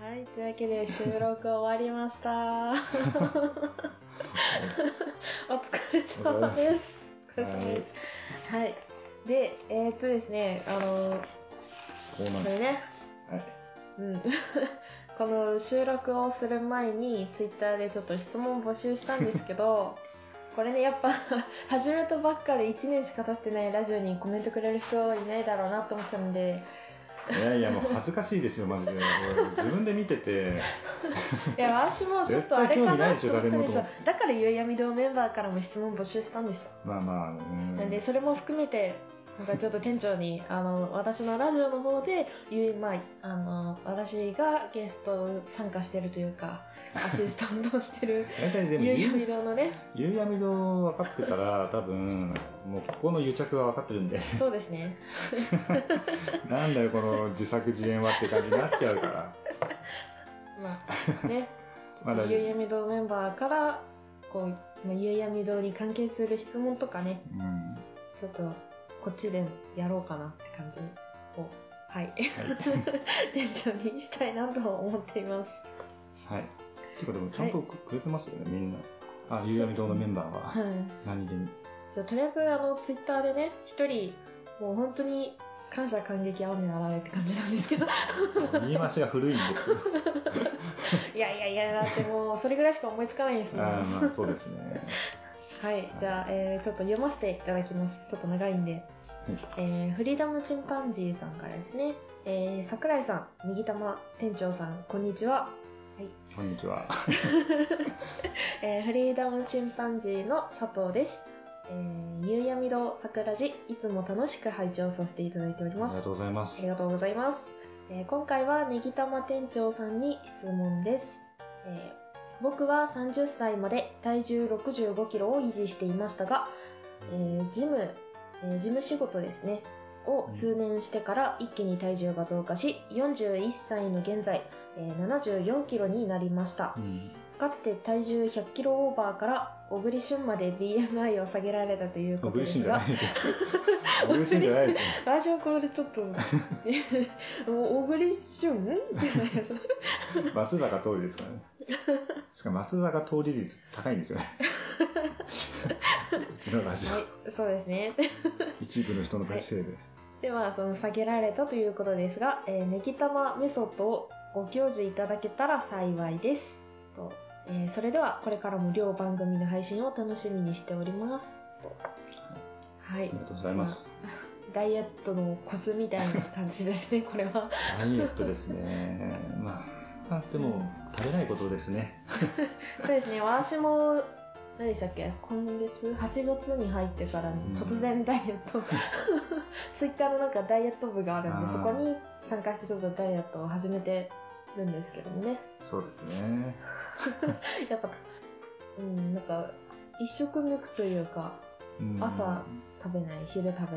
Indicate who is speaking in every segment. Speaker 1: はい、というわけで収録終わりま した。お疲れ様です。お疲れ様です。はい。で、えー、っとですね、あのー、
Speaker 2: こうな
Speaker 1: こ
Speaker 2: ん
Speaker 1: れね、
Speaker 2: はい。
Speaker 1: うん。 この収録をする前に、ツイッターでちょっと質問募集したんですけ ど、これね、やっぱ、始めたばっかり1年しか経ってないラジオにコメントくれる人いないだろうなと思ってたので、
Speaker 2: いやいや、もう恥ずかしいですよ、マジで。俺自分で見てて。
Speaker 1: いや、私もちょっとあれかなと思ったんです
Speaker 2: 絶対興味ないでしょ誰
Speaker 1: よ
Speaker 2: も。
Speaker 1: だから、ゆうやみ堂メンバーからも質問募集したんです。
Speaker 2: まあまあ、うん。
Speaker 1: なんで、それも含めて、なんかちょっと店長に、 あの、私のラジオの方で、ゆう、まあ、あの、私がゲスト参加してるという か、アシスタントをしてる、
Speaker 2: 大体でも、
Speaker 1: ゆうやみ
Speaker 2: ゆ
Speaker 1: 堂のね、
Speaker 2: ゆうやみ堂分かってたら、多分、もうここの癒着が分かってるんで、
Speaker 1: そうですね。
Speaker 2: なんだよ、この自作自演はって感じになっちゃうから。
Speaker 1: まあ、ね。ちょ
Speaker 2: ま
Speaker 1: っと
Speaker 2: だ
Speaker 1: ゆうやみ堂メンバーから、こう、まあ、ゆうやみ堂に関係する質問とかね、
Speaker 2: うん。
Speaker 1: ちょっと、こっちでやろうかなって感じを、はい。 店長にしたいなと思っています。
Speaker 2: はい。てか、でもちゃんとくくれてますよね、みんな。あ、ゆうやみ堂のメンバーは。
Speaker 1: はい。
Speaker 2: 何気に。
Speaker 1: じゃあ、とりあえず、あの、ツイッターでね、一人、もう本当に、感謝感激雨なられって感じなんです けど。
Speaker 2: 言い回しが古いんですけど。
Speaker 1: いやいやいや、だってもう、それぐらいしか思いつかないですもん。
Speaker 2: あーまあ、そうですね。
Speaker 1: はい、じゃあ、えー、ちょっと読ませていただきます。ちょっと長いんで。えー、フリーダムチンパンジーさんからですね。えー、桜井さん、右玉店長さん、こんにちは。
Speaker 2: こんにちは。
Speaker 1: えー、フリーダムチンパンジーの佐藤です。えー、夕闇堂桜寺、いつも楽しく拝聴させていただいており
Speaker 2: あ
Speaker 1: ま
Speaker 2: りが
Speaker 1: す
Speaker 2: と。うございま
Speaker 1: あ
Speaker 2: す
Speaker 1: り。がとうございます。えー今回はネギ玉店長さんに質問です、えー僕は30歳まで体重65キロを維持していましたが、えージム、えー事務仕事ですね、を数年してから一気に体重が増加し、41歳の現在、えー74キロになりました
Speaker 2: う。ん。
Speaker 1: かつて体重100キロオーバーから、小栗旬まで BMI を下げられたという
Speaker 2: 小
Speaker 1: こと
Speaker 2: 栗
Speaker 1: です
Speaker 2: 旬じゃ
Speaker 1: が
Speaker 2: ない、です。小栗旬じゃないですね。
Speaker 1: ラジオこれちょっと、え もう、小栗 旬じゃないです
Speaker 2: 松坂通りですからね。しかも松坂通り率高い んですよね。うちのラジ
Speaker 1: はい、そうですね。
Speaker 2: オ、一部の人の体制で。
Speaker 1: では、その下げられたということですが、えー、ネギ玉メソッドをご教授いただけたら幸いです。とえーそれでは、これからも両番組の配信を楽しみにしております。とはい
Speaker 2: あり。がとうございます。
Speaker 1: ダイエットのコツみたいな感じですね、これは。
Speaker 2: ダイエットですね。まあ、あでも、食べないことですね。
Speaker 1: そうですね、私も、何でしたっけ今月、8月に入ってから突然ダイエッ ト、ツイッターのなんかダイエット部があるん
Speaker 2: あ
Speaker 1: で、
Speaker 2: ー
Speaker 1: そこに参加してちょっとダイエットを始めてるんですけどもね。
Speaker 2: そうですね。
Speaker 1: やっぱ、うん、なんか、一食抜くというか、
Speaker 2: うん
Speaker 1: 朝食べない、昼食べないっ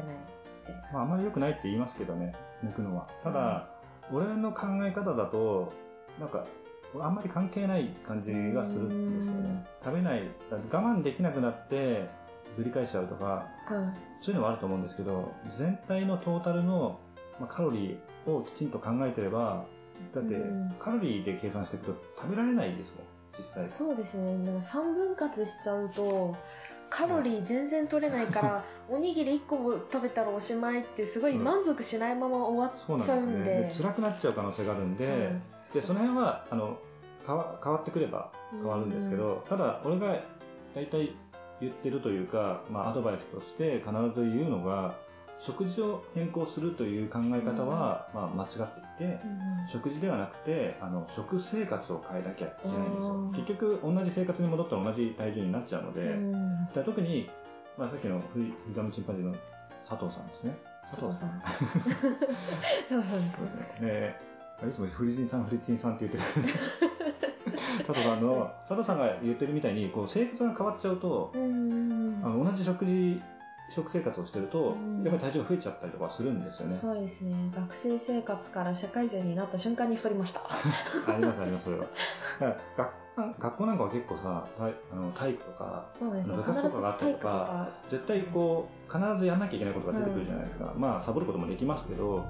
Speaker 1: て。
Speaker 2: まあ、あまり良くないって言いますけどね、抜くのは。ただ、俺の考え方だと、なんか、俺あんまり関係ない感じがするんですよ
Speaker 1: うん
Speaker 2: ね。食べない、我慢できなくなって、ぶり返しちゃうとか、
Speaker 1: は
Speaker 2: そういうのはあると思うんですけど、全体のトータルのまあカロリーをきちんと考えてれば、だって
Speaker 1: うん
Speaker 2: カロリーで計算していくと食べられないですもん、実
Speaker 1: い。
Speaker 2: 際。
Speaker 1: そうですね、なんか3分割しちゃうと、カロリー全然取れない から、おにぎり1個も食べたらおしまいって、すごい満足しないまま終わ
Speaker 2: そう
Speaker 1: っちゃ
Speaker 2: な
Speaker 1: うんん
Speaker 2: で
Speaker 1: で。
Speaker 2: すね。で辛くなっちゃう可能性があるんで、
Speaker 1: うん
Speaker 2: で、その辺は、あの、変わ変わってくれば変わるんですけど、ただ、俺が大体言ってるというか、まあ、アドバイスとして必ず言うのが、食事を変更するという考え方は、まあ、間違っていて、
Speaker 1: うん
Speaker 2: 食事ではなくてあの食生活を変えなきゃいけないんです
Speaker 1: うん
Speaker 2: よ結局同じ生活に戻ったら同じ体重になっちゃうので、
Speaker 1: うん
Speaker 2: だから特に、まあ、さっきのフリフリーダムチンパンジーの佐藤さんですね
Speaker 1: 佐藤さ
Speaker 2: ん
Speaker 1: ん。佐藤さん。
Speaker 2: そうですねえーいつもフリチンさんフリチンさんっ て言ってる佐藤さんの佐藤さんが言ってるみたいにこう生活が変わっちゃうと、
Speaker 1: うん
Speaker 2: あの同じ食事食生活をしてる
Speaker 1: う
Speaker 2: と、
Speaker 1: ん
Speaker 2: やっぱり体重が増えちゃったりとかするんですよね
Speaker 1: そうですね。学生生活から社会人になった瞬間に太りました。
Speaker 2: ありますありますそれはだから学校なん学校なんかは結構さ体あの体育とか
Speaker 1: そうなんですよ。
Speaker 2: 部
Speaker 1: 必ず
Speaker 2: 活とかがあった
Speaker 1: 体
Speaker 2: り
Speaker 1: 育と
Speaker 2: とか
Speaker 1: か。
Speaker 2: 絶対こう必ずやんなきゃいけないことが出てくるじゃないですか、まあサボることもできますけど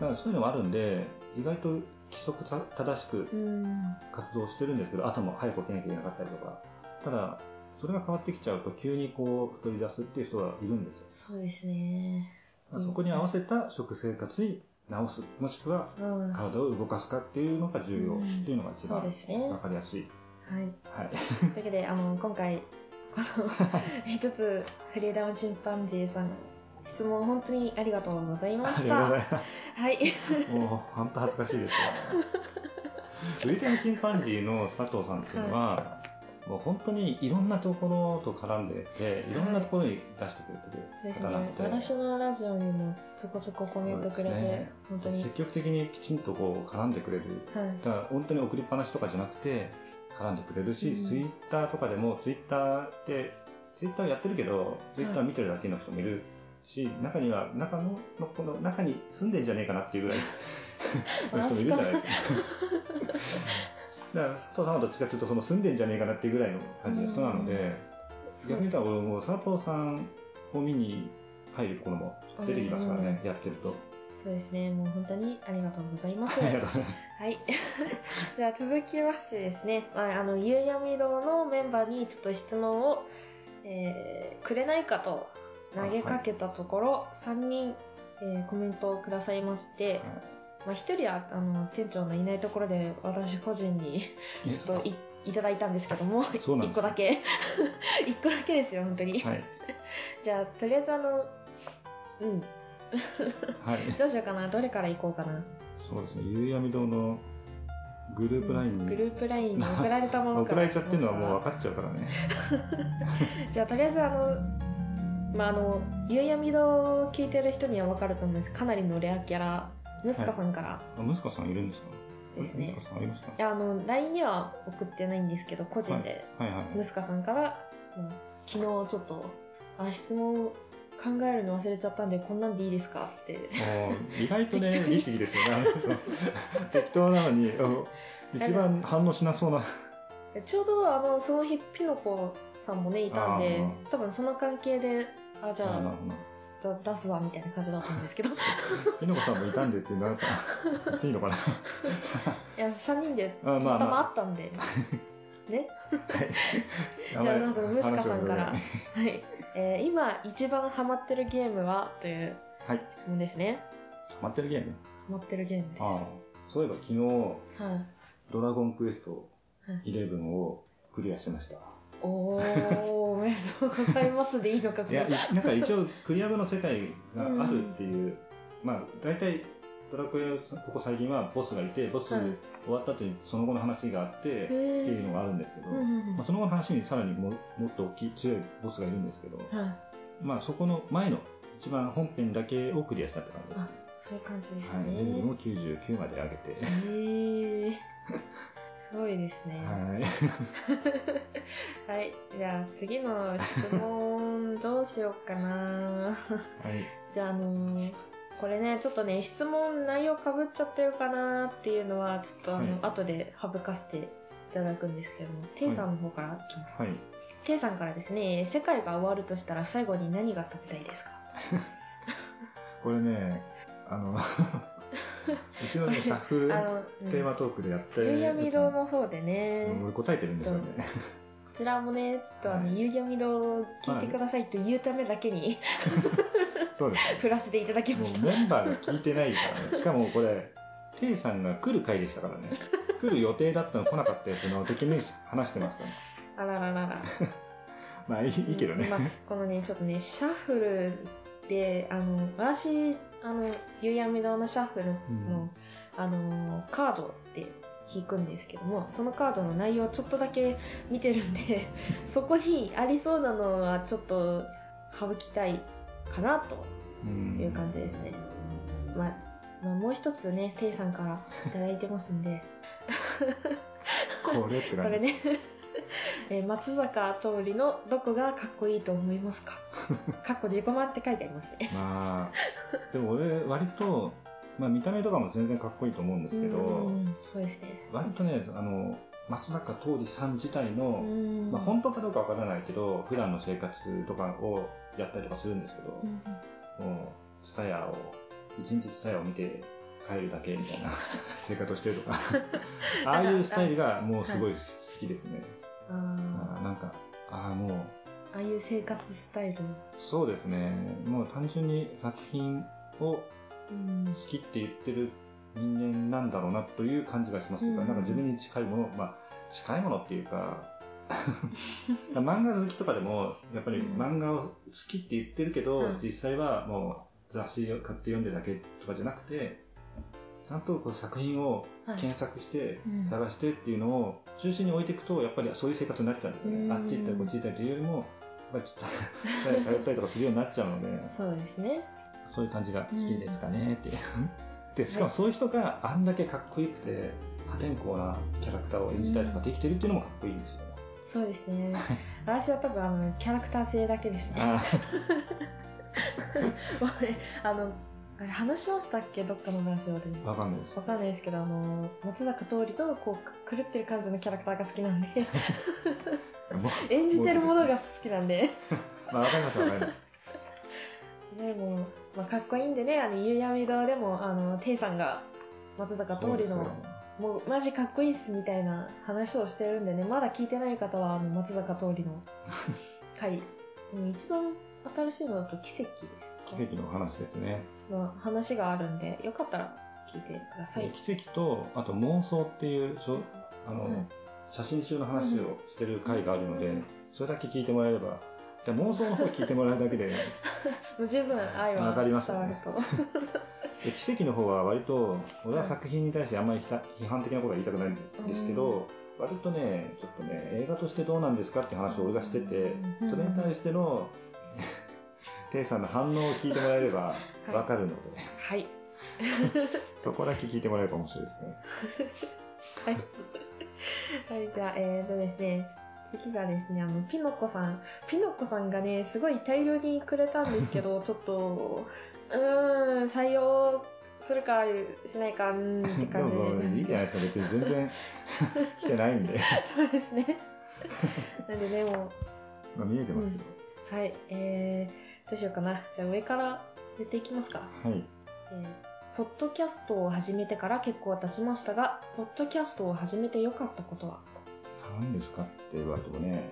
Speaker 2: だからそういうのもあるんで意外と規則た正しく
Speaker 1: うん。
Speaker 2: 活動してるんですけど、朝も早く起きなきゃいけなかったりとか。ただ、それが変わってきちゃうと急にこう太り出すっていう人がいるんですよ。
Speaker 1: そうですね。うん
Speaker 2: そこに合わせた食生活に直す、もしくは
Speaker 1: うん。
Speaker 2: 体を動かすかっていうのが重要っていうのが一
Speaker 1: そう
Speaker 2: 番
Speaker 1: ですね。
Speaker 2: わ
Speaker 1: は
Speaker 2: かりやすい。
Speaker 1: い。
Speaker 2: はい。
Speaker 1: というわけで、あの、今回、この一つ、フリーダムチンパンジーさん、質問本当にありがとうございま
Speaker 2: あ
Speaker 1: し
Speaker 2: りがとうご
Speaker 1: た。
Speaker 2: ざいま
Speaker 1: はい。
Speaker 2: す。もう本当恥ずかしいですよ、ね。ウリテムチンパンジーの佐藤さんっていうのは、もう本当にいろんなところと絡んでて、いろんなところに出してくれ
Speaker 1: そう
Speaker 2: て
Speaker 1: で
Speaker 2: る
Speaker 1: す
Speaker 2: 方なん
Speaker 1: ね。
Speaker 2: で、
Speaker 1: 私のラジオにもちょこちょこコメントくれて、
Speaker 2: そうですね
Speaker 1: 本当に。
Speaker 2: 積極的にきちんとこう絡んでくれる。
Speaker 1: はい。
Speaker 2: だから本当に送りっぱなしとかじゃなくて、絡んでくれるし、
Speaker 1: うん
Speaker 2: ツイッターとかでも、ツイッターって、ツイッターやってるけど、ツイッター見てるだけの人もいるし、中には、中の、のこの中に住んでんじゃねえかなっていうぐらいの人もいるじゃないです か。だから佐藤さんはどっちかっていうと、その住んでんじゃねえかなっていうぐらいの感じの人なので、逆に言ったら俺も佐藤さんを見に入るところも出てきますからね、やってると。
Speaker 1: そうですね。もう本当にありがとうございます。
Speaker 2: ありが
Speaker 1: は
Speaker 2: とうね
Speaker 1: い。 じゃあ続きましてですね、まあ、あの、ゆうやみ堂のメンバーにちょっと質問を、えーくれないかと投げかけたところ、3人、えーコメントをくださいまして、まあ、1人は、あの、店長のいないところで私個人にちょっといいただいたんですけども、一
Speaker 2: そうなんですよ
Speaker 1: 個だけ。 一個だけですよ、本当に。
Speaker 2: はい。
Speaker 1: じゃあ、とりあえずあの、うん、
Speaker 2: はい。
Speaker 1: どうしようかな、どれから行こうかな。
Speaker 2: そうですね、夕闇堂のグループライン
Speaker 1: グ
Speaker 2: に
Speaker 1: ループラインに送られたもの
Speaker 2: 送
Speaker 1: から
Speaker 2: れちゃってるのはもう分かっちゃうからね。
Speaker 1: じゃあとりあえずあのまああの夕闇堂を聞いてる人には分かると思うんですかなりのレアキャラムスカさんから
Speaker 2: あ、ムスカさんいるんですか
Speaker 1: ですね、
Speaker 2: ム
Speaker 1: い
Speaker 2: スカさんありました
Speaker 1: やあの LINE には送ってないんですけど個人で
Speaker 2: はいはい
Speaker 1: ムスカさんから、まあ昨日ちょっとあ質問考えるの忘れちゃったんでこんなんでいいですかって
Speaker 2: はい。もう意外とね
Speaker 1: 適当、に
Speaker 2: 律儀ですよね。あの人適当なのに、あの一番反応しなそうな。
Speaker 1: でちょうどあのその日ピノコさんもねいたんで
Speaker 2: あ
Speaker 1: 多分その関係であじゃ
Speaker 2: なる
Speaker 1: あ
Speaker 2: ほど
Speaker 1: だ出すわみたいな感じだったんですけ ど
Speaker 2: ひのこさんもいたんでっていうのは、言っていいのかな。
Speaker 1: いや3人で
Speaker 2: あ
Speaker 1: た
Speaker 2: ま
Speaker 1: ま
Speaker 2: あ
Speaker 1: た
Speaker 2: ま
Speaker 1: ま
Speaker 2: あ
Speaker 1: あったんで、 ね
Speaker 2: じ
Speaker 1: じゃあまずムスカさんから
Speaker 2: は
Speaker 1: はい、えー今一番ハマってるゲームはという
Speaker 2: い。
Speaker 1: 質問ですね
Speaker 2: ハマってるゲーム
Speaker 1: ハマってるゲームです
Speaker 2: ああ。そういえば昨日、
Speaker 1: はい、
Speaker 2: ドラゴンクエスト11をクリアしました。
Speaker 1: おおおめでとうございますでいいのかこ
Speaker 2: いや、
Speaker 1: れ
Speaker 2: いなんか一応、クリア後の世界があるっていう、まあ、大体、ドラクエ、ここ最近はボスがいて、ボス
Speaker 1: はい
Speaker 2: 終わった後にその後の話があって、って
Speaker 1: へー
Speaker 2: いうのがあるんですけど、
Speaker 1: うんうん
Speaker 2: まあ、その後の話にさらにももっと大きい、強いボスがいるんですけど、
Speaker 1: うんはい
Speaker 2: まあ、そこの前の一番本編だけをクリアしたって感じです。
Speaker 1: あそういう感じです
Speaker 2: はい、レベル
Speaker 1: ね
Speaker 2: も99まで上げて、
Speaker 1: ええー、すごいですね
Speaker 2: はい。
Speaker 1: はい、じゃあ次の質問どうしようかな
Speaker 2: はい。
Speaker 1: じゃあ、あのーこれね、ちょっとね、質問内容かぶっちゃってるかなっていうのは、ちょっとあの、
Speaker 2: はい
Speaker 1: 後で省かせていただくんですけども、ていさんの方からいきます。
Speaker 2: はい。
Speaker 1: ていさんからですね、世界が終わるとしたら最後に何が食べたいですか
Speaker 2: これね、あ の、うちのね、シャッフル
Speaker 1: あの、うん
Speaker 2: テーマトークでやって
Speaker 1: 夕
Speaker 2: るや
Speaker 1: 闇
Speaker 2: つ
Speaker 1: 堂の方でね
Speaker 2: うん、俺答えてるんですよね。
Speaker 1: こちらもね、ちょっとあの、
Speaker 2: は
Speaker 1: 夕闇堂を聞いてくださいと言うためだけに、
Speaker 2: そうですね。
Speaker 1: プラスでいただきま
Speaker 2: も
Speaker 1: し
Speaker 2: う
Speaker 1: た。
Speaker 2: メンバーが聞いてないから ね。しかもこれ、ていさんが来る回でしたからね。来る予定だったの来なかったやつの敵に話してますから、ね。
Speaker 1: あらららら。
Speaker 2: まあいいいいけどね
Speaker 1: ま。あ、このね、ちょっとね、シャッフルで、あの、私、あの、夕闇堂のシャッフルの、
Speaker 2: うん
Speaker 1: あの、カードで引くんですけども、そのカードの内容をちょっとだけ見てるん で、そこにありそうなのはちょっと省きたいかなと
Speaker 2: う。
Speaker 1: いうん感じですね。まあ、まあ、もう一つね、ていさんからいただいてますん で、
Speaker 2: これって
Speaker 1: こ
Speaker 2: 感
Speaker 1: れ
Speaker 2: じ。
Speaker 1: ね、 えー松坂桃李のどこがかっこいいと思います かかっこ自己満って書いてありますね。
Speaker 2: まあ、でも俺割と、まあ見た目とかも全然かっこいいと思うんですけ
Speaker 1: う
Speaker 2: ど、
Speaker 1: んそうですね。
Speaker 2: 割とね、あの、松坂桃李さん自体
Speaker 1: う
Speaker 2: の、
Speaker 1: ん
Speaker 2: まあ本当かどうかわからないけど、普段の生活とかをやったりとかするんですけど、
Speaker 1: うん
Speaker 2: もう、ツタヤを、一日ツタヤを見て、帰るだけみたいな生活をしてるとかああいうスタイルがもうすごい好きですね、
Speaker 1: あー
Speaker 2: あーなんかああもう
Speaker 1: ああいう生活スタイル。
Speaker 2: そうですねもう単純に作品を
Speaker 1: うん
Speaker 2: 好きって言ってる人間なんだろうなという感じがしますというか、
Speaker 1: うん
Speaker 2: なんか自分に近いもの、まあ、近いものっていうか、 だから漫画好きとかでも、やっぱり
Speaker 1: うん
Speaker 2: 漫画を好きって言ってるけど、
Speaker 1: うん
Speaker 2: 実際はもう雑誌を買って読んでるだけとかじゃなくて、ちゃんとこう作品を
Speaker 1: はい
Speaker 2: 検索して
Speaker 1: うん、
Speaker 2: 探してっていうのを中心に置いていくと、やっぱりそういう生活になっちゃうんですよ
Speaker 1: うん
Speaker 2: ね。あっち行ったりこっち行ったりというよりも、やっぱりちょっと、 通ったりとかするようになっちゃうので、
Speaker 1: そうですね。
Speaker 2: そういう感じが好きですかねっていう。 で、しか
Speaker 1: は
Speaker 2: も
Speaker 1: い
Speaker 2: そういう人があんだけかっこよくて、破天荒なキャラクターを演じたりとかできてるっていうのもかっこいいんです よね。
Speaker 1: そうです ね。私は多分あのキャラクター性だけですね。
Speaker 2: あ
Speaker 1: もうねあのあれ話しましたっけどっかのラジオで。
Speaker 2: あ、わかんないです
Speaker 1: わ。かんないですけど、あの、松坂桃李の、こう、狂ってる感じのキャラクターが好きなんで、
Speaker 2: も
Speaker 1: 演じてるものが好きなんで。
Speaker 2: う、まあわかりますわかります。
Speaker 1: でも、まあ、かっこいいんでね、あの、夕闇堂でも、あの、テイさん が、松坂桃李
Speaker 2: そう
Speaker 1: の
Speaker 2: です、よ
Speaker 1: もう、マジかっこいいっすみたいな話をしてるんでね、まだ聞いてない方は、あの、松坂桃李 の回、うん一番新しいのだと奇跡ですか
Speaker 2: 奇跡の話ですね。
Speaker 1: の話があるんで、よかったら聞いてください。
Speaker 2: 奇跡と、あと妄想っていう、しょあの、
Speaker 1: うん
Speaker 2: 写真集の話をしてる回があるので、
Speaker 1: うん
Speaker 2: それだけ聞いてもらえれば、で妄想の方聞いてもらうだけで、
Speaker 1: もう十分愛は
Speaker 2: わかり
Speaker 1: 伝
Speaker 2: ますよ
Speaker 1: わる
Speaker 2: ね
Speaker 1: と。
Speaker 2: で奇跡の方は割と俺は作品に対してあんまりひた批判的なことは言いたくないんですけど、割とねちょっとね映画としてどうなんですかって話を俺がしてて、
Speaker 1: うん
Speaker 2: それに対しての テイさんの反応を聞いてもらえれば
Speaker 1: い
Speaker 2: わかるので、
Speaker 1: はい。
Speaker 2: そこだけ聞いてもらえれば面白いですね
Speaker 1: はい。はい、じゃあ、えーとですね、次がですね、あの、ピノコさん。ピノコさんがね、すごい大量にくれたんですけ ど、ちょっと、うーん、採用するかしないか、うーんって
Speaker 2: で
Speaker 1: 感
Speaker 2: も
Speaker 1: じで。
Speaker 2: もういいじゃないですか別に全然 来てない んで
Speaker 1: そうですね。なんでね、も
Speaker 2: まあ見えてますけ
Speaker 1: う、はい、えー、どうしようかな。じゃあ上から言っていきますか。
Speaker 2: ど、はい
Speaker 1: えーポッドキャストを始めてから結構経ちましたが、ポッドキャストを始めて良かったこと は
Speaker 2: 何ですかって言われてもね、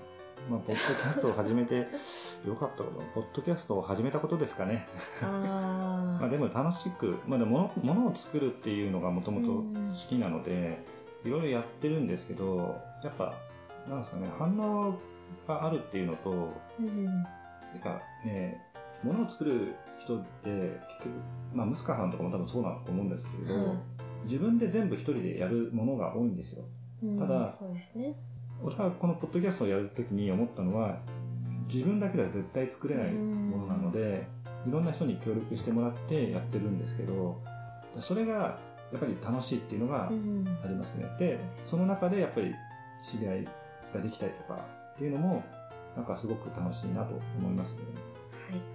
Speaker 2: まあ、ポッドキャストを始めてよかったこと、ポッドキャストを始めたことですかね。
Speaker 1: あ
Speaker 2: まあでも楽しく、まあでも物物を作るっていうのがもともと
Speaker 1: うん
Speaker 2: 好きなので、いろいろやってるんですけど、やっぱ、なんですかね、反応があるっていうのと、
Speaker 1: うん
Speaker 2: なんかね、物を作る人って結局、まあ、ムツカさんとかも多分そうなんだと思うんですけれど、
Speaker 1: はい
Speaker 2: 自分で全部一人でやるものが多いんですよ。
Speaker 1: うん
Speaker 2: ただ
Speaker 1: そうですね。
Speaker 2: 俺はこのポッドキャストをやるときに思ったのは自分だけでは絶対作れないものなのでいろんな人に協力してもらってやってるんですけどそれがやっぱり楽しいっていうのが
Speaker 1: うん
Speaker 2: ありますね、でその中でやっぱり知り合いができたりとかっていうのもなんかすごく楽しいなと思い ますね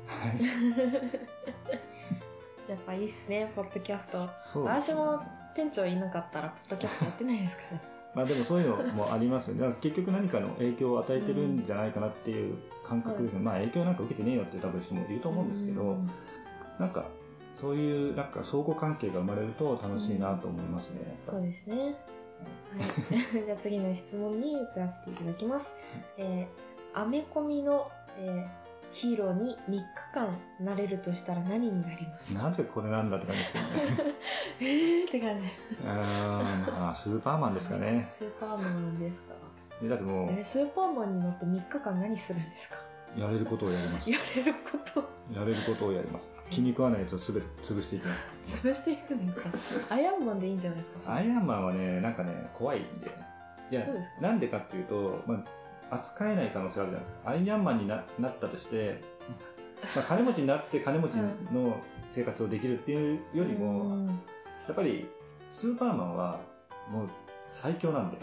Speaker 1: はい。やっぱいいっすね、ポッドキャスト。
Speaker 2: そ
Speaker 1: 私も店長いなかったら、ポッドキャストやってないですから ね。
Speaker 2: まあでもそういうのもありますよねだから結局何かの影響を与えてるんじゃないかなっていう感覚ですね、まあ影響なんか受けてねえよっていう多分人もいると思うんですけど、
Speaker 1: うん
Speaker 2: なんか、そういう、なんか相互関係が生まれると楽しいなと思いますね。
Speaker 1: そうですね。はい。 じゃあ次の質問に移らせていただきます。えー、アメコミの、えーヒーローに3日間なれるとしたら何になります
Speaker 2: なぜこれなんだって感じですけどね。
Speaker 1: えーって感じ。
Speaker 2: うーん、まあ、スーパーマンですかね。
Speaker 1: スーパーマンですか
Speaker 2: でだっても
Speaker 1: えー
Speaker 2: う、
Speaker 1: スーパーマンになって3日間何するんですか
Speaker 2: やれることをやります。
Speaker 1: や
Speaker 2: や
Speaker 1: れることを
Speaker 2: れることをやります。気に食わないやつをすべて潰していきます。
Speaker 1: 潰していくん ですかアイアンマンでいいんじゃないですかそれ
Speaker 2: アイアンマンはね、なんかね、怖いんで。いや
Speaker 1: そうです、か
Speaker 2: なんでかっていうと、まあ、扱えない可能性あるじゃないですか。アイアンマンにななったとして、まあ、金持ちになって金持ちの生活をできるっていうよりも、
Speaker 1: うん
Speaker 2: やっぱり、スーパーマンは、もう、最強 なんで。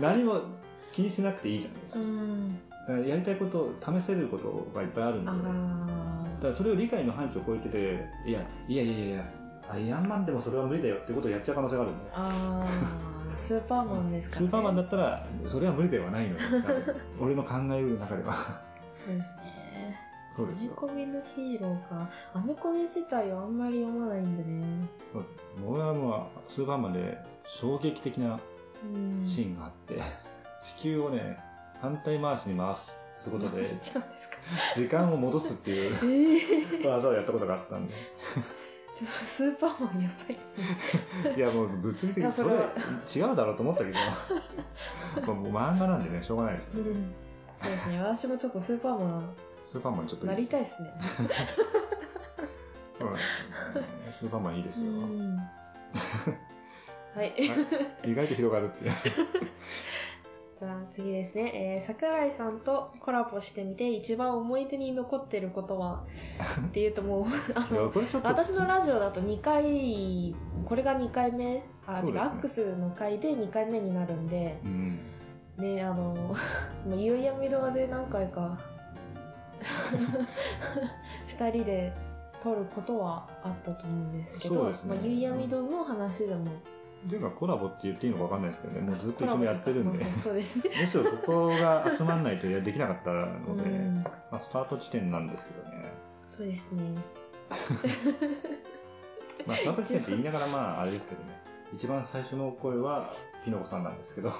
Speaker 2: 何も気にしなくていいじゃないです
Speaker 1: う
Speaker 2: か。
Speaker 1: ん
Speaker 2: だからやりたいこと、試せることがいっぱいあるんで。
Speaker 1: あ
Speaker 2: だからそれを理解の範疇を超えてて、いや、いやいやいやいや、アイアンマンでもそれは無理だよってことをやっちゃう可能性があるんで
Speaker 1: ー。あースーパーマンですか
Speaker 2: ス
Speaker 1: ら、ね、
Speaker 2: ーパーマンだったら、それは無理ではないので、多分俺の考えうる中では。
Speaker 1: そうですね
Speaker 2: そう
Speaker 1: ア
Speaker 2: です
Speaker 1: メ
Speaker 2: よ。
Speaker 1: コミのヒーローか。アメコミ自体をあんまり読まないんでね。
Speaker 2: そうです僕はもう、スーパーマンで衝撃的な
Speaker 1: うん。
Speaker 2: シーンがあって、地球をね、反対回しに回すことで
Speaker 1: 回、しちゃうんですか。
Speaker 2: 時間を戻すっ ていう
Speaker 1: ええ
Speaker 2: 技をやったことがあったんで。
Speaker 1: ちょっとスーパーマンやばいっすね。
Speaker 2: いや、もう物理的
Speaker 1: いや
Speaker 2: に
Speaker 1: そ
Speaker 2: そ
Speaker 1: れ
Speaker 2: れ
Speaker 1: は
Speaker 2: 違うだろうと思ったけど、もう漫画なんでね、しょうがないです
Speaker 1: う
Speaker 2: ね。
Speaker 1: ん。そうですね。私もちょっとスーパーマ
Speaker 2: スーパーマンちょっと
Speaker 1: ンない
Speaker 2: いで
Speaker 1: り
Speaker 2: す
Speaker 1: たいっすね。
Speaker 2: そうなんですよね。スーパーマンいいですよ。
Speaker 1: うん。はい。
Speaker 2: 意外と広がるっていう。
Speaker 1: じゃあ次ですね、えー桜井さんとコラボしてみて一番思い出に残ってることはっていうともう、あ
Speaker 2: いや
Speaker 1: の、
Speaker 2: これちょっと
Speaker 1: 私のラジオだと2回、これが2回目、あ、
Speaker 2: そ
Speaker 1: 違
Speaker 2: うです
Speaker 1: う、
Speaker 2: ね
Speaker 1: アックスの回で2回目になるんで、
Speaker 2: うん。
Speaker 1: ね、あの、 もう夕闇堂で何回か、2人で撮ることはあったと思うんですけ
Speaker 2: そ
Speaker 1: ど、
Speaker 2: うですね
Speaker 1: まあ、夕闇堂の話でも、
Speaker 2: っていうかコラボって言っていいのか分かんないですけどね、もうずっと一緒にやってるん
Speaker 1: コラボと
Speaker 2: で
Speaker 1: かまあ、そう ですね。
Speaker 2: むしろここが集まんないとできなかったので、
Speaker 1: うん
Speaker 2: まあ、スタート地点なんですけどね。
Speaker 1: そうですね。
Speaker 2: まあ、スタート地点って言いながらまあ、あれですけどね。一番最初の声は、ピノコさんなんですけど、
Speaker 1: そ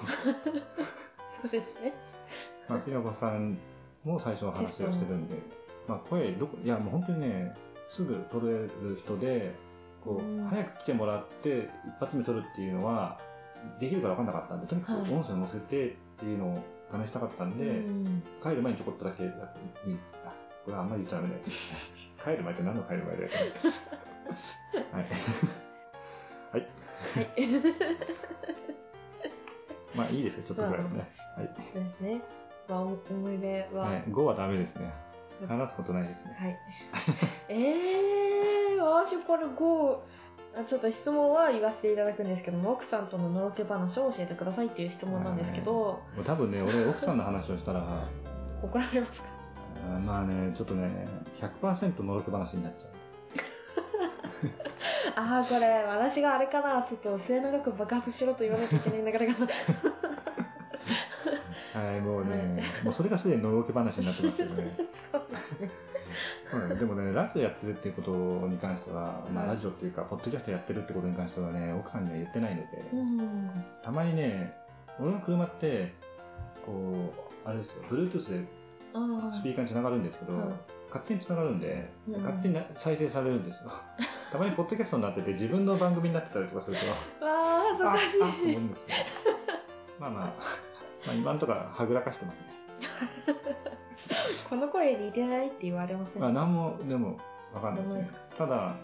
Speaker 1: うですね。
Speaker 2: まあ、ピノコさんも最初の話をしてるんで、まあ、声どこ、いや、もう本当にね、すぐ取れる人で、こ
Speaker 1: うん
Speaker 2: う、早く来てもらって、一発目取るっていうのは、できるか分かんなかったんで、とにかく
Speaker 1: はい
Speaker 2: 音声を載せてっていうのを試したかったんで、
Speaker 1: うん
Speaker 2: 帰る前にちょこっとだけやってみあこれはあんまり言っちゃダメだよ 帰る前って何の帰る前だよはいは
Speaker 1: は
Speaker 2: い
Speaker 1: い。
Speaker 2: まあいいですよちょっとぐらいはねはい、
Speaker 1: そうですね。まあ、お思い出は、は
Speaker 2: はい
Speaker 1: い。、
Speaker 2: 5はダメですね話すことないですね
Speaker 1: ええー、私これ5、あちょっと質問は言わせていただくんですけども、奥さんとののろけ話を教えてくださいっていう質問なんですけど、
Speaker 2: もう多分ね俺奥さんの話をしたらあ
Speaker 1: 怒られますか
Speaker 2: ーまあねちょっとね100%のろく話になっちゃう
Speaker 1: ああ、これ、私があれかな、ちょっと末永く爆発しろと言わなきゃいけない流 れが。
Speaker 2: はいもうね、
Speaker 1: は
Speaker 2: もうそれがすでにのろけ話になってますけど ね
Speaker 1: そうですね。
Speaker 2: うんでもね、ラジオやってるっていうことに関しては、ま
Speaker 1: は
Speaker 2: あ
Speaker 1: い
Speaker 2: ラジオっていうか、ポッドキャストやってるってことに関してはね、奥さんには言ってないので、
Speaker 1: うん。
Speaker 2: たまにね、俺の車って、こう、あれですよ、Bluetooth で
Speaker 1: ああ。
Speaker 2: スピーカーに繋がるんですけど、
Speaker 1: はい
Speaker 2: 勝手に繋がるんで、
Speaker 1: うん
Speaker 2: 勝手にな再生されるんです よ。たまにポッドキャストになってて、自分の番組になってたりとかすると、
Speaker 1: わあ、恥ず
Speaker 2: あ
Speaker 1: かしい。
Speaker 2: あっと思うんですけど、まあまあ、まあ今のところはぐらかしてますね。
Speaker 1: この声似てないって言われません
Speaker 2: まあ、何も、でも、わかんないですね
Speaker 1: わかん。
Speaker 2: ただ、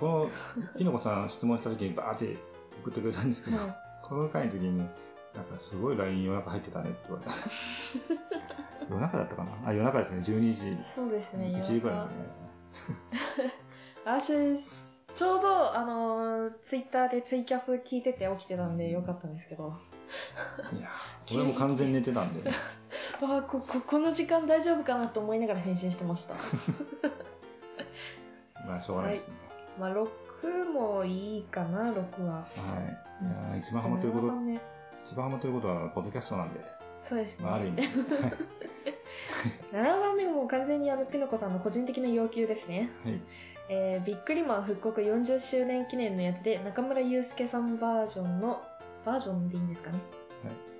Speaker 2: この、きのこさん質問した時にバーって送ってくれたんですけど、
Speaker 1: はい
Speaker 2: この回の時に、なんかすごい LINE 夜中入ってたねって言われた。夜中だったかなあ、夜中ですね。12時、
Speaker 1: そう ですね。
Speaker 2: 1時くらい
Speaker 1: 夜
Speaker 2: だ
Speaker 1: 中
Speaker 2: ね。
Speaker 1: 私、ちょうど、あのー、ツイッターでツイキャス聞いてて起きてたんでよかったんですけど。
Speaker 2: いやー、俺も完全に寝てたんで、
Speaker 1: わあ、こ、こ、この時間大丈夫かなと思いながら返信してました。
Speaker 2: まあしょうがないですね。
Speaker 1: まあ、6もいいかな、6は。
Speaker 2: は
Speaker 1: う
Speaker 2: い。
Speaker 1: ん
Speaker 2: いやー一番ハマってるこ
Speaker 1: な
Speaker 2: と
Speaker 1: かな、かね
Speaker 2: 一番ハマってることは、ポッドキャストなんで、
Speaker 1: そうですね。
Speaker 2: まあある意味。はい
Speaker 1: 7番目も完全にあの、ピノコさんの個人的な要求ですね。
Speaker 2: はい。
Speaker 1: えー、ビックリマン復刻40周年記念のやつで、中村祐介さんバージョンの、バージョンでいいんですかね。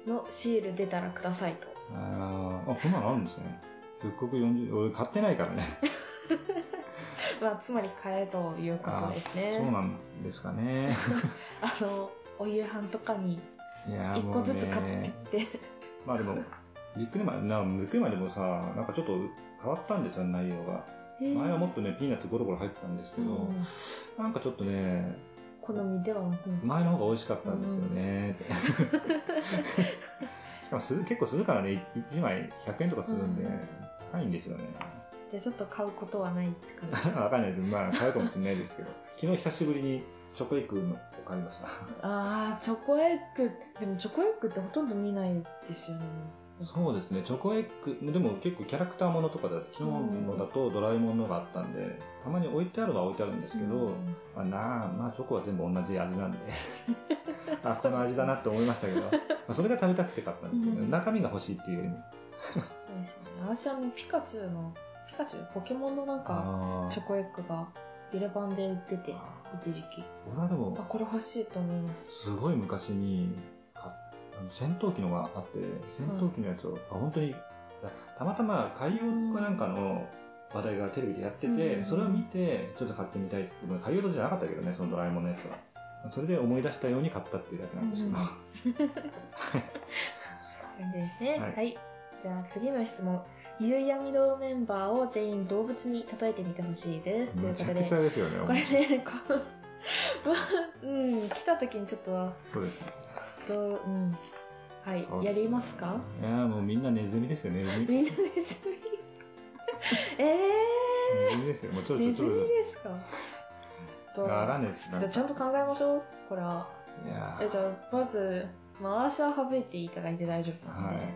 Speaker 2: は
Speaker 1: のシール出たらくださいと。
Speaker 2: あーあ、こんなのあるんですね。復刻40、俺買ってないからね。
Speaker 1: まあ、つまり買えということですね。
Speaker 2: そうなんです かね。
Speaker 1: あの、お夕飯とかに
Speaker 2: いやー
Speaker 1: 一
Speaker 2: もうね
Speaker 1: 個ずつ買ってって。
Speaker 2: まあでも、びっくりまで、なびっくりまでもさ、なんかちょっと変わったんですよ、内容が。 前はもっとね、ピーナッツゴロゴロ入ってたんですけど、
Speaker 1: うん
Speaker 2: なんかちょっとね、
Speaker 1: 好みではなくなった
Speaker 2: 前の方が美味しかったんですよ ね。しかもする、結構するからね、1枚100円とかするんで、
Speaker 1: うん
Speaker 2: 高いんですよね。
Speaker 1: じゃあちょっと買うことはないって感じ。
Speaker 2: わかんないです。まあ、買うかもしれない ですけど、昨日久しぶりにチョコエッグのを買いました。
Speaker 1: あー、チョコエッグ。でもチョコエッグってほとんど見ないですよね。
Speaker 2: そうですね、チョコエッグ、でも結構キャラクターものとかだと、昨日のだとドラえもんのがあったんで、たまに置いてあるは置いてあるんですけど、
Speaker 1: うん
Speaker 2: まあなあ、まあチョコは全部同じ 味なんで、あ、この味だなって思いましたけど、まあそれが食べたくて買ったんですけど、
Speaker 1: うん
Speaker 2: 中身が欲しいっていうよりも、
Speaker 1: そうですね。私あの、ピカチュウの、ピカチュウ、ポケモンのなんか、
Speaker 2: あ
Speaker 1: チョコエッグがビレ版で売ってて、一時期。
Speaker 2: 俺はでも
Speaker 1: あ、これ欲しいと思いました。
Speaker 2: すごい昔に買っあの戦闘機のがあって戦闘機のやつを、あ本当にあたまたま海洋かなんかの話題がテレビでやってて、
Speaker 1: うん
Speaker 2: それを見てちょっと買ってみたいって言って海洋じゃなかったけどねそのドラえもんのやつはそれで思い出したように買ったっていうだけなんですけど、
Speaker 1: うん感じですね。
Speaker 2: は
Speaker 1: はいい。じゃあ次の質問。夕闇堂メンバーを全員動物に例えてみてほしいです。とい
Speaker 2: め
Speaker 1: うこ
Speaker 2: ちゃ
Speaker 1: と
Speaker 2: く
Speaker 1: で
Speaker 2: ち、ゃですよね
Speaker 1: これね、こう、 うん、来た時にちょっと、
Speaker 2: そうですね
Speaker 1: どう、うん。はい
Speaker 2: そう、で
Speaker 1: や
Speaker 2: すね
Speaker 1: りますか
Speaker 2: いやーもうみんなネズミですよねネズミ
Speaker 1: みんなネズミ。 え
Speaker 2: ネズミですよもうちょ
Speaker 1: ー、
Speaker 2: ろちょ
Speaker 1: ネズ
Speaker 2: ろちょ
Speaker 1: ミ
Speaker 2: ろ
Speaker 1: ですかちょっと、
Speaker 2: わかんないです
Speaker 1: ちょっとちゃんと考えましょう、これは。
Speaker 2: いやー
Speaker 1: えじゃあ、まず、まあ、足は省いていただいて大丈夫なんで、
Speaker 2: はい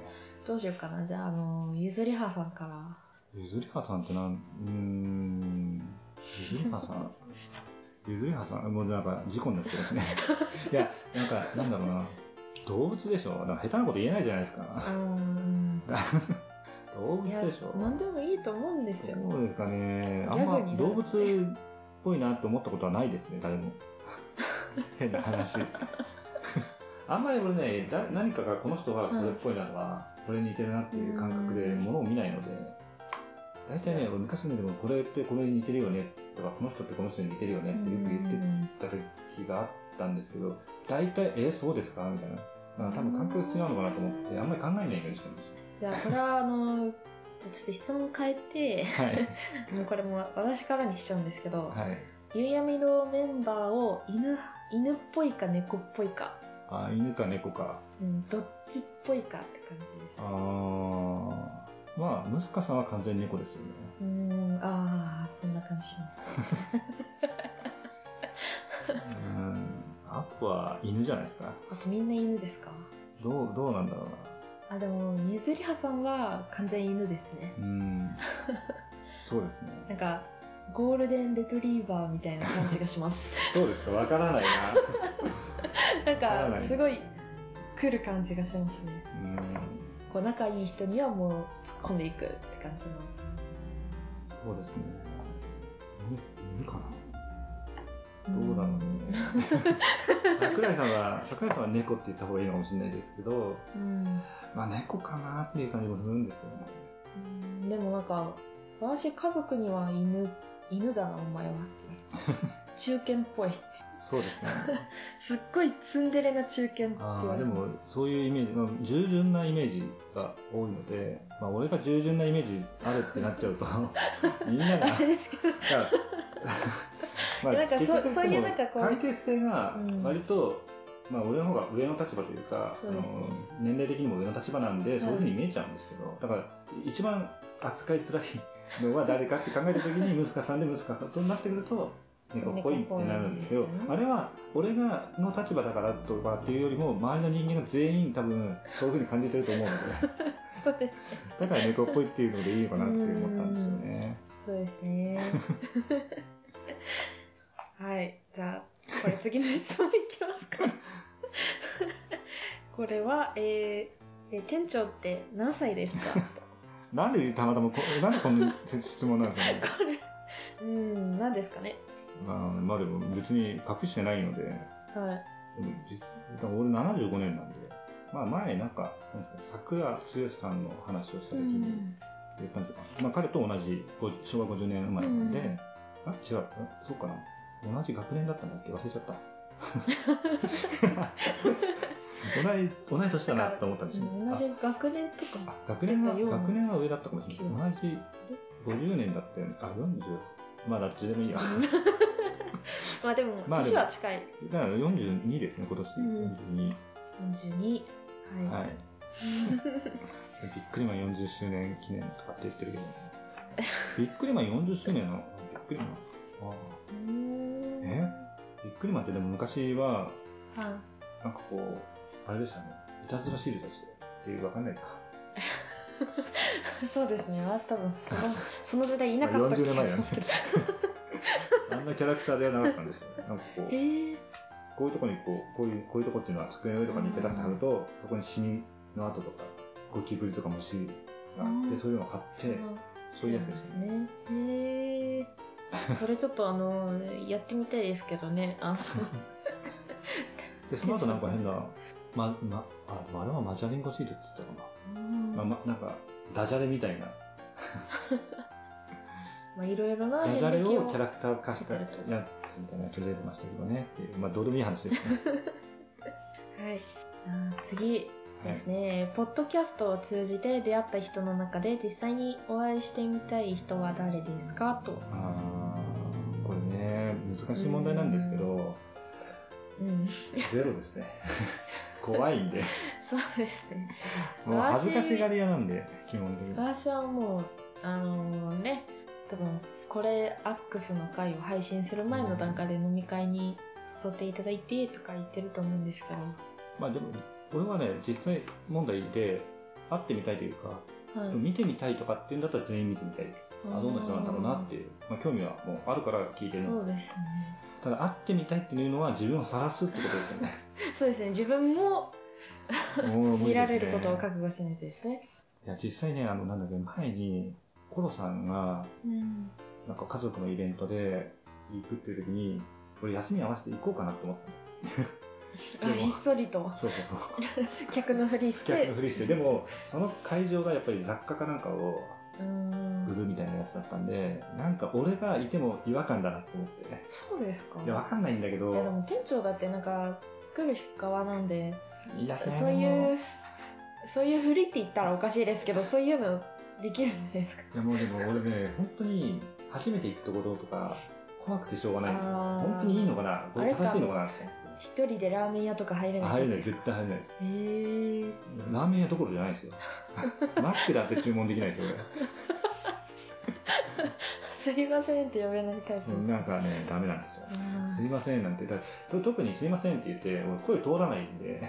Speaker 1: どうしようかな。じゃあ、あの、ゆずりはさんから。
Speaker 2: ゆずりはさんってなん、うーん、ゆずりはさん。ゆずりはさん、もうなんか事故になっちゃい ますね。いや、なんか、なんだろうな。動物でしょなんか下手なこと言えないじゃないですか。
Speaker 1: うん。
Speaker 2: 動物
Speaker 1: いや
Speaker 2: でしょ、
Speaker 1: 何でもいいと思うんですよ。
Speaker 2: そうですかね。あん
Speaker 1: ギャグ
Speaker 2: ま
Speaker 1: になる
Speaker 2: 動物っぽいなって思ったことはないですね、 誰も。変な話。 あんまり俺ね、だ何かがこの人はこれっぽいなとか、これに似てるなっていう感覚で
Speaker 1: うん
Speaker 2: 物を見ないので、大体ね、俺昔のでもこれってこれに似てるよねとか、この人ってこの人に似てるよねってよく言って
Speaker 1: うん
Speaker 2: た時があったんですけど、大体、え、そうですかみたいな。まあ多分感覚違うのかなと思って、あんまり考えないようにして ます。
Speaker 1: じゃあ、これは、あの、ちょっと質問変え
Speaker 2: はい。
Speaker 1: て、もうこれも私からにしちゃうんですけど、
Speaker 2: はい。
Speaker 1: ゆうやみのメンバーを犬、犬っぽいか猫っぽいか、
Speaker 2: あ、犬か猫か。
Speaker 1: うん、どっちっぽいかって感じです
Speaker 2: あ。ーまあ、ムスカさんは完全に猫ですよね。
Speaker 1: うん、ああ、そんな感じします。
Speaker 2: うん。あとは犬じゃないですか。
Speaker 1: あとみんな犬ですか
Speaker 2: どう、どうなんだろうな。
Speaker 1: あ、でも、ゆずりはさんは完全犬ですね。
Speaker 2: うん。そうですね。
Speaker 1: なんか、ゴールデンレトリーバーみたいな感じがします。
Speaker 2: そうですか、わからない
Speaker 1: な
Speaker 2: な。
Speaker 1: ん
Speaker 2: わからな
Speaker 1: か、
Speaker 2: い
Speaker 1: すごい、来る感じがしますね。
Speaker 2: うん。
Speaker 1: こう、仲いい人にはもう突っ込んでいくって感じの。
Speaker 2: そうですね。犬犬かなどうだろうね。桜井さんは、桜井さんは猫って言った方がいいのかもしれないですけど、
Speaker 1: うん。
Speaker 2: まあ猫かなっていう感じもするんですよね。
Speaker 1: うんでもなんか、私家族には犬、犬だな、お前はって言われて。中堅っぽい。
Speaker 2: そうですね。
Speaker 1: すっごいツンデレな中堅って言
Speaker 2: あ
Speaker 1: わ
Speaker 2: ー
Speaker 1: れて
Speaker 2: でも
Speaker 1: ます。
Speaker 2: そういうイメージまあ従順なイメージが多いので、まあ、俺が従順なイメージあるってなっちゃう とみんなが
Speaker 1: あれですけど。
Speaker 2: がま
Speaker 1: いやなんか
Speaker 2: 結局
Speaker 1: そうそういう
Speaker 2: でも
Speaker 1: なんかこう
Speaker 2: 関係性が
Speaker 1: うん
Speaker 2: 割と、まあ、俺の方が上の立場というか
Speaker 1: そうですね
Speaker 2: あの年齢的にも上の立場なんで
Speaker 1: い
Speaker 2: そういうふうに見えちゃうんですけど、だから一番扱いづらいのは誰かって考えた時 に息子さんで息子さんとなってくると猫っぽいってなるんですけど
Speaker 1: 猫っぽいですね
Speaker 2: あれは俺がの立場だからとかっていうよりも周りの人間が全員多分そういうふうに感じてると思うので
Speaker 1: そうです。
Speaker 2: だから猫っぽいっていうのでいいのかなって思ったんですよね。
Speaker 1: そうです ね。はい。じゃあ、これ次の質問いきますか。 これは、えーえ店長って何歳ですか
Speaker 2: なんでたまたまこ、なんでこの質問なんですかね。
Speaker 1: これ、うーん、何ですかね。
Speaker 2: まあ、まあでも別に隠してないので、で
Speaker 1: はい。
Speaker 2: も実、だから俺75年なんで、まあ前なんか、なんですか、桜剛さんの話をした時に言ったんですよ。まあ彼と同じ50昭和50年生まれなんで、
Speaker 1: うん
Speaker 2: あ、違う、あそうかな。同じ学年だったんだっけ忘れち ゃった。同い、同い年だなと思ったんですよ。
Speaker 1: 同じ学年と
Speaker 2: あ
Speaker 1: か。
Speaker 2: 学年は、
Speaker 1: 出たような
Speaker 2: 学年は上だったかもしれない。同じ
Speaker 1: れ
Speaker 2: 50年だったよね。あ、40。まあ、どっちで もいいや。
Speaker 1: まあでも、
Speaker 2: まあでも
Speaker 1: 年は近い。
Speaker 2: だから42ですね、今年。
Speaker 1: うん42。
Speaker 2: 42。
Speaker 1: は。
Speaker 2: はい い。びっくりマン40周年記念とかって言っ てるけど、びっくりマン40周年なのびっくりマン。あ
Speaker 1: うーん
Speaker 2: えあびっくりマンってでも昔は、
Speaker 1: は
Speaker 2: なんかこう、あれでしたね。いたずらシール出して。っていう、わかんないか。
Speaker 1: い そうですね。私多分、そ の、その時代いなかった
Speaker 2: まあ40年前
Speaker 1: 気がし
Speaker 2: だね
Speaker 1: ますけど
Speaker 2: あんなキャラクターではなかったんですよ。なんかこう。
Speaker 1: へえ。
Speaker 2: こういうとこにこう、こういう、こういうとこっていうのは机の上とかにペタって貼ると、そこにシミの跡とか、ゴキブリとか虫があっ
Speaker 1: う
Speaker 2: て、
Speaker 1: ん
Speaker 2: そういうのを貼って、
Speaker 1: その
Speaker 2: そういうやつです
Speaker 1: そう
Speaker 2: ね。
Speaker 1: なんですね。へえ。それちょっとあの、やってみたいですけどね。あ
Speaker 2: で、その後なんか変な、ま、ま、あ、でもあれはマジャリンコシールって言ってたかな。
Speaker 1: の、
Speaker 2: まあ、ま、なんか、ダジャレみたいな。
Speaker 1: まあいろいろな
Speaker 2: ダジャレ
Speaker 1: 変
Speaker 2: を
Speaker 1: 歴
Speaker 2: キャラクター化したやつみたいなやつ出てましたけどね。っていうまあ、どうでもいい話ですね。
Speaker 1: はい。じゃあ次
Speaker 2: は
Speaker 1: で
Speaker 2: い
Speaker 1: す。ね、ポッドキャストを通じて出会った人の中で実際にお会いしてみたい人は誰ですかと。
Speaker 2: あーこれね、難しい問題なんですけど、
Speaker 1: うん。
Speaker 2: ゼロですね。 怖いん で。
Speaker 1: そうですね。
Speaker 2: もう恥ずかしがり屋なんで、基本的に。
Speaker 1: 私はもう、あのね、多分、これ、アックスの回を配信する前の段階で飲み会に誘っていただいてとか言ってると思うんですけど。
Speaker 2: まあでも、俺はね、実際問題で、会ってみたいというか、
Speaker 1: はい。
Speaker 2: 見てみたいとかっていうんだったら全員見てみたい。あどんな人なんだろうなっていう、まあ、興味はもうあるから聞いてる
Speaker 1: そうですね。
Speaker 2: ただ会ってみたいっていうのは自分を晒すってことですよね
Speaker 1: そうですね。自分も
Speaker 2: もう無
Speaker 1: 見
Speaker 2: 理
Speaker 1: ら
Speaker 2: ですね
Speaker 1: れることを覚悟しないとですね。
Speaker 2: いや実際ねあのなんだっけ前にコロさんが
Speaker 1: うん。
Speaker 2: なんか家族のイベントで行くっていう時に俺休み合わせて行こうかなって思ったの
Speaker 1: あひっそりと、
Speaker 2: そうそうそう
Speaker 1: 客のふりし
Speaker 2: 客
Speaker 1: て
Speaker 2: の。ふりしてでもその会場がやっぱり雑貨かなんかを
Speaker 1: う
Speaker 2: 売
Speaker 1: ん。
Speaker 2: るみたいなやつだったんでなんか俺がいても違和感だなって思って
Speaker 1: そうですか。
Speaker 2: いやわかんないんだけど
Speaker 1: いやでも店長だってなんか、作る側なんで、
Speaker 2: いや
Speaker 1: そう
Speaker 2: も
Speaker 1: いう、そういうふりって言ったらおかしいですけど、そういうのできるんですか
Speaker 2: いやもうでも俺ね、本当に初めて行くところとか、怖くてしょうがないんですよ。
Speaker 1: あー
Speaker 2: 本当にいいのかなこれ正しいのかなって。
Speaker 1: 一人でラーメン屋とか入れない
Speaker 2: 入れない、
Speaker 1: へ
Speaker 2: 絶対入れないです。
Speaker 1: え
Speaker 2: ラーメン屋どころじゃないで すよ。マックだって注文できないですよ、
Speaker 1: すいませんって呼べないタイプ、
Speaker 2: 俺。なんかね、ダメなんですよ。
Speaker 1: あー
Speaker 2: すいませんなんて言ったら、と特にすいませんって言って、俺声通らない んで。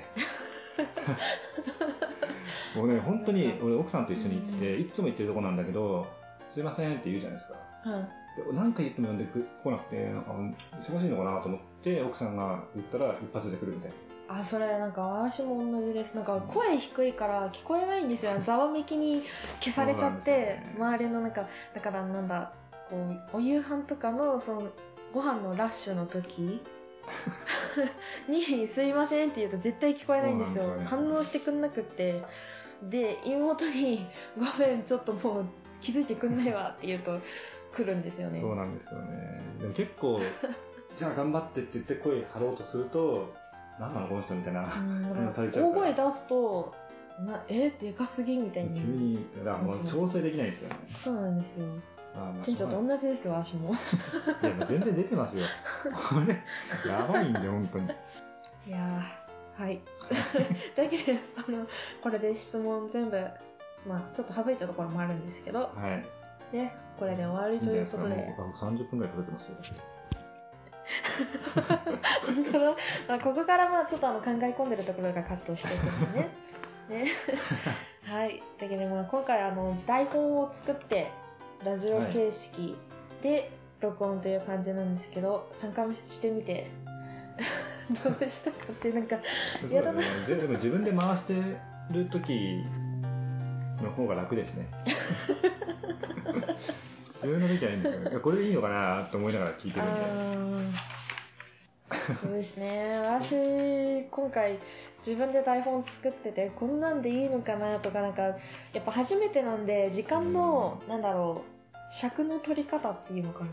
Speaker 2: 俺ね、本当に、俺奥さんと一緒に行ってて、いつも行ってるとこなんだけど、すいませんって言うじゃないですか。
Speaker 1: はい
Speaker 2: で何回言っても呼んでく来なくて、なんか、忙しいのかなと思って、奥さんが言ったら一発で来るみたいな。
Speaker 1: あそれなんか私も同じですなんか声低いから聞こえないんですよざわめきに消されちゃって、
Speaker 2: そうなんです
Speaker 1: 周
Speaker 2: よね
Speaker 1: りのなんかだからなんだこうお夕飯とかのそのご飯のラッシュの 時に「すいません」って言うと絶対聞こえないんですよ
Speaker 2: そうなんですよね
Speaker 1: 反応してくんなくってで妹に 「ごめんちょっともう気づいてくんないわ」って言うと来るんですよね
Speaker 2: そうなんですよね。でも結 構、じゃあ頑張ってって言って声張ろうとすると、なんなのこの人みたいな。
Speaker 1: うんだから
Speaker 2: 騙されちゃう
Speaker 1: 大
Speaker 2: から
Speaker 1: 声出すと「なえでかすぎ」みたい
Speaker 2: 急
Speaker 1: に
Speaker 2: に、だからもう調整できないんですよね。
Speaker 1: そうなんですよ
Speaker 2: あー
Speaker 1: 店長と
Speaker 2: ま
Speaker 1: 同じですよ、私も。
Speaker 2: あしょうがないいや、全然出てますよ。これ、やばいんで、本当に。
Speaker 1: いやー、はい。 というわけで、あの、これで質問全部、まあちょっと省いたところもあるんですけど、
Speaker 2: はい。
Speaker 1: ね、これで終わり
Speaker 2: いいん
Speaker 1: と
Speaker 2: じゃない
Speaker 1: い
Speaker 2: で
Speaker 1: う
Speaker 2: す
Speaker 1: こと
Speaker 2: か。もう
Speaker 1: で、
Speaker 2: 僕30分くらいかけてますよ。
Speaker 1: 本当だ、 まあ、ここからまあちょっとあの考え込んでるところがカットしていくんで ね。ね。はい。というわけで、まあ今回、あの、台本を作って、ラジオ形式で録音という感じなんですけど、参加してみて、 どうでしたかって、なんか、い
Speaker 2: そ
Speaker 1: や
Speaker 2: うだね。ででも自分で回してる時の方が楽で すね。自分の時はいいんだけどいや、これでいいのかなと思いながら聞いてるんで。
Speaker 1: あーそうですね私今回自分で台本作っててこんなんでいいのかなとかなんかやっぱ初めてなんで時間のなんだろう尺の取り方っていうのかな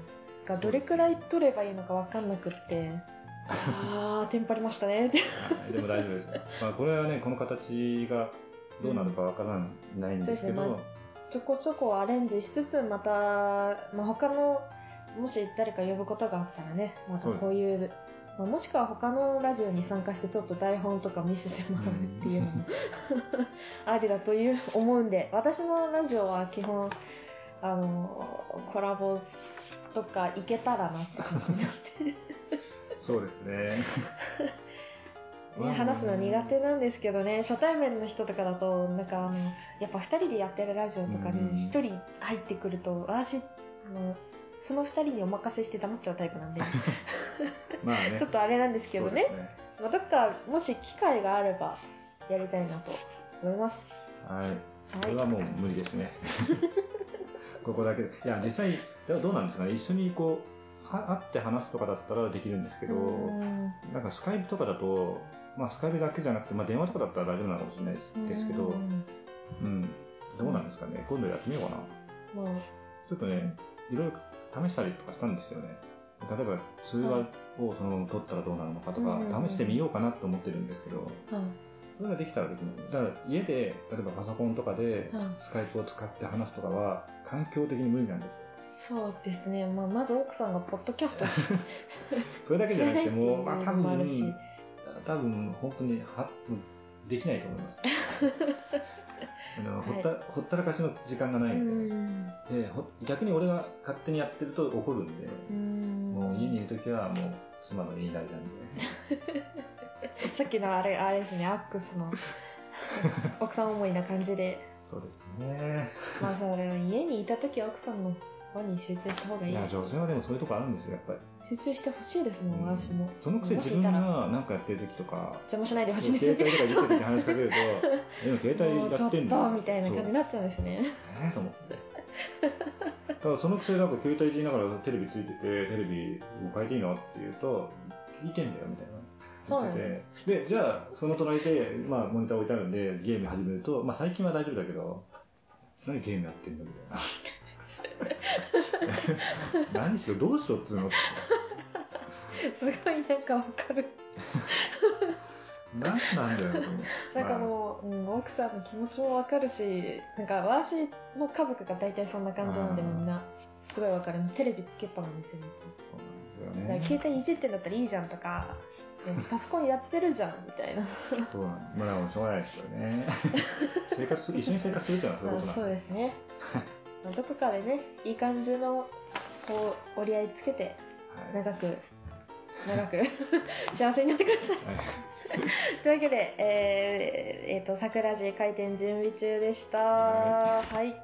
Speaker 1: がどれくらい取ればいいのか分かんなくってあーテンパりましたねって
Speaker 2: はいでも大丈夫です。まあ、これはね、この形がどうなるかわからないんですけど、
Speaker 1: うんそうちょこちょこアレンジしつつまた、まあ、他のもし誰か呼ぶことがあったらねまたこういう、まあ、もしくは他のラジオに参加してちょっと台本とか見せてもらうっていうのもありだという思うんで私のラジオは基本あのコラボとかいけたらなって感じになって、ね、
Speaker 2: そうですね。
Speaker 1: 話すの苦手なんですけどね初対面の人とかだとなんかあのやっぱ2人でやってるラジオとか
Speaker 2: うん
Speaker 1: に1人入ってくると私あのその2人にお任せして黙っちゃうタイプ なんで
Speaker 2: まあね。
Speaker 1: ちょっとあれなんですけどね
Speaker 2: そうです
Speaker 1: まあ、どっかもし機会があればやりたいなと思います。
Speaker 2: はい。こ
Speaker 1: は
Speaker 2: れ
Speaker 1: い。
Speaker 2: はもう無理ですね。 ここだけで。いや、実際、どどうなんですかね。一緒にこう、は会って話すとかだったらできるんですけど、
Speaker 1: うん
Speaker 2: なんかスカイプとかだと、まあスカイプだけじゃなくて、まあ電話とかだったら大丈夫なのかもしれないですですけ
Speaker 1: う
Speaker 2: ど、
Speaker 1: ん
Speaker 2: うん。どうなんですかね。今度やってみようかな。
Speaker 1: まあ
Speaker 2: ちょっとね、いろいろ試したりとかしたんですよね。例えば、通話をそのまま取ったらどうなるのかとか、
Speaker 1: うんうんうん
Speaker 2: 試してみようかなと思ってるんですけど、
Speaker 1: はい
Speaker 2: それができたらできない。だから、家で、例えばパソコンとかで
Speaker 1: うん、
Speaker 2: スカイプを使って話すとかは、環境的に無理なんですよ。
Speaker 1: そうですね、まあ、まず奥さんがポッドキャストし
Speaker 2: それだけじゃなくて、
Speaker 1: それだけ
Speaker 2: もう、まあ多
Speaker 1: もあ
Speaker 2: 分
Speaker 1: るし、
Speaker 2: 多分、本当に、は、できないと思 います。あのほったほったらかしの時間が
Speaker 1: う
Speaker 2: ないんで,、
Speaker 1: ん
Speaker 2: でほ逆に俺が勝手にやってると怒るんで、
Speaker 1: うん
Speaker 2: もう家にいるときはもう妻の言いなりなんで。
Speaker 1: さっきのあれあれですねアック スの奥さん思いな感じで
Speaker 2: そうですね。
Speaker 1: まあそれは家にいた時は奥さんの方に集中した方がい
Speaker 2: い
Speaker 1: い
Speaker 2: や、
Speaker 1: です
Speaker 2: 女性はでもそういうとこあるんですよ、やっぱり。
Speaker 1: 集中してほしいですもん私も
Speaker 2: そのくせ
Speaker 1: もし
Speaker 2: 自
Speaker 1: い
Speaker 2: 分
Speaker 1: た
Speaker 2: が
Speaker 1: ら
Speaker 2: なんかやってるときとか、
Speaker 1: 邪魔しないでほしい
Speaker 2: 携
Speaker 1: で
Speaker 2: 帯
Speaker 1: すね
Speaker 2: とか言ってる時に話しかけると、今携
Speaker 1: もう
Speaker 2: 帯
Speaker 1: ち
Speaker 2: や
Speaker 1: ょっ
Speaker 2: っ
Speaker 1: てと
Speaker 2: ん
Speaker 1: み
Speaker 2: の
Speaker 1: たいな感じに
Speaker 2: な。
Speaker 1: なっちゃうんですね
Speaker 2: えーと思って。ただそのくせなんか携帯いじりながらテレビついてて、テレビもう変えていいのって言うと、聞いてんだよ、みたいな。
Speaker 1: そうなん
Speaker 2: 言
Speaker 1: で
Speaker 2: っててで、じゃあ、その隣で、まあ、モニター置いてあるんで、ゲーム始めると、まあ、最近は大丈夫だけど、何ゲームやってんのみた いな。何しろ、どうしろっつうのって
Speaker 1: すすごいなんかわかる
Speaker 2: 何なんだよ、と思って
Speaker 1: なんかもう、うん、奥さんの気持ちもわかるし、なんか私の家族が大体そんな感じなんで
Speaker 2: あー
Speaker 1: みんな、すごいわかります。テレビつけっぱなんですよ、いつも
Speaker 2: そう
Speaker 1: だ
Speaker 2: な
Speaker 1: か
Speaker 2: ん
Speaker 1: ら
Speaker 2: ですよ
Speaker 1: 携
Speaker 2: ね。
Speaker 1: 帯いじってんだったらいいじゃんとか、なんかパソコンやってるじゃんみたいな。
Speaker 2: そうなんまあ、でもしょうがないですよ ね。生活す一緒に生活するってのはそういう
Speaker 1: まあ
Speaker 2: ことなん
Speaker 1: そう
Speaker 2: で
Speaker 1: ですね。 まあどこかでね、いい感じの、こう、折り合いつけて、
Speaker 2: はい
Speaker 1: 長く、長 く、幸せになってください。
Speaker 2: はい
Speaker 1: というわけで、えーえーと、桜地開店準備中でした。
Speaker 2: は
Speaker 1: はい